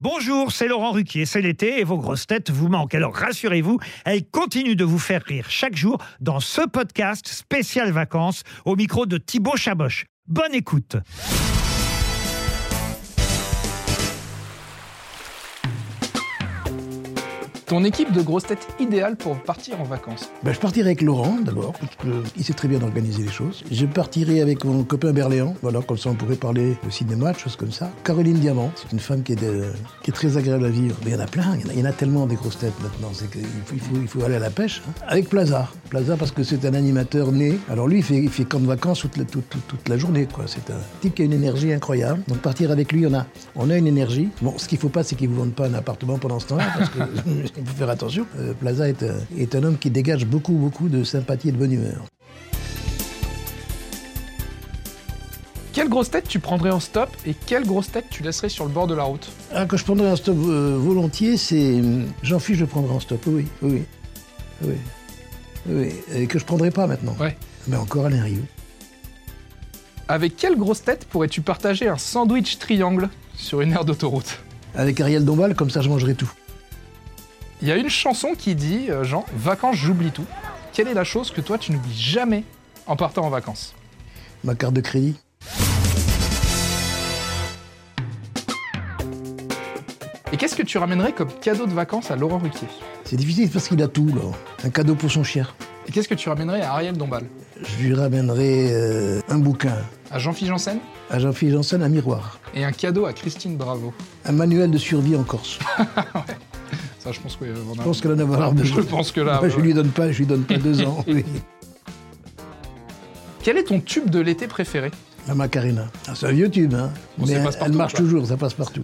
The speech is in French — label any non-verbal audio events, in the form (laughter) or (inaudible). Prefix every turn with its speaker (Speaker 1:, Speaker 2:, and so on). Speaker 1: Bonjour, c'est Laurent Ruquier, c'est l'été et vos grosses têtes vous manquent. Alors rassurez-vous, elles continuent de vous faire rire chaque jour dans ce podcast spécial vacances au micro de Thibaut Chaboch. Bonne écoute.
Speaker 2: Ton équipe de grosses têtes idéale pour partir en vacances.
Speaker 3: Ben, je partirai avec Laurent d'abord, parce qu'il sait très bien organiser les choses. Je partirai avec mon copain Berléand, voilà, comme ça on pourrait parler de cinéma, de choses comme ça. Caroline Diamant, c'est une femme qui est, de- qui est très agréable à vivre. Mais il y en a plein, il y en a, il y en a tellement des grosses têtes maintenant, c'est qu'il faut, il faut- il faut aller à la pêche. hein. Avec Plaza, Plaza parce que c'est un animateur né. Alors lui, il fait, il fait camp de vacances toute la, toute, toute- toute la journée, quoi. C'est un type qui a une énergie incroyable. Donc partir avec lui, on a, on a une énergie. Bon, ce qu'il faut pas, c'est qu'il vous vende pas un appartement pendant ce temps-là, parce que (laughs) il faut faire attention. Euh, Plaza est un, est un homme qui dégage beaucoup, beaucoup de sympathie et de bonne humeur.
Speaker 2: Quelle grosse tête tu prendrais en stop et quelle grosse tête tu laisserais sur le bord de la route
Speaker 3: Ah, que je prendrais en stop euh, volontiers, c'est. hum, J'en fiche, je le prendrais en stop, oui, oui. Oui. Oui. Et que je prendrais pas maintenant.
Speaker 2: Ouais.
Speaker 3: Mais encore Alain Rioux.
Speaker 2: Avec quelle grosse tête pourrais-tu partager un sandwich triangle sur une aire d'autoroute
Speaker 3: Avec Ariel Dombal, comme ça je mangerai tout.
Speaker 2: Il y a une chanson qui dit, euh, Jean, Vacances, j'oublie tout. Quelle est la chose que toi tu n'oublies jamais en partant en vacances
Speaker 3: Ma carte de crédit.
Speaker 2: Et qu'est-ce que tu ramènerais comme cadeau de vacances à Laurent Ruquier
Speaker 3: C'est difficile parce qu'il a tout, là. Un cadeau pour son chien.
Speaker 2: Et qu'est-ce que tu ramènerais à Ariel Dombal
Speaker 3: Je lui ramènerai euh, un bouquin,
Speaker 2: À Jean-Philippe Janssen
Speaker 3: à Jean-Philippe Janssen, un miroir,
Speaker 2: Et un cadeau à Christine Bravo.
Speaker 3: un manuel de survie en Corse.
Speaker 2: Ça, je pense que... euh,
Speaker 3: Je pense qu'elle en a marre de
Speaker 2: Ah, Je pense que là...
Speaker 3: je
Speaker 2: ouais.
Speaker 3: lui donne pas, je lui donne pas deux
Speaker 2: (laughs)
Speaker 3: ans. oui.
Speaker 2: Quel est ton tube de l'été préféré
Speaker 3: La Macarena. Ah, c'est un vieux tube, hein.
Speaker 2: Bon, c'est
Speaker 3: Mais elle,
Speaker 2: passe-partout,
Speaker 3: elle marche
Speaker 2: quoi.
Speaker 3: toujours, ça passe partout.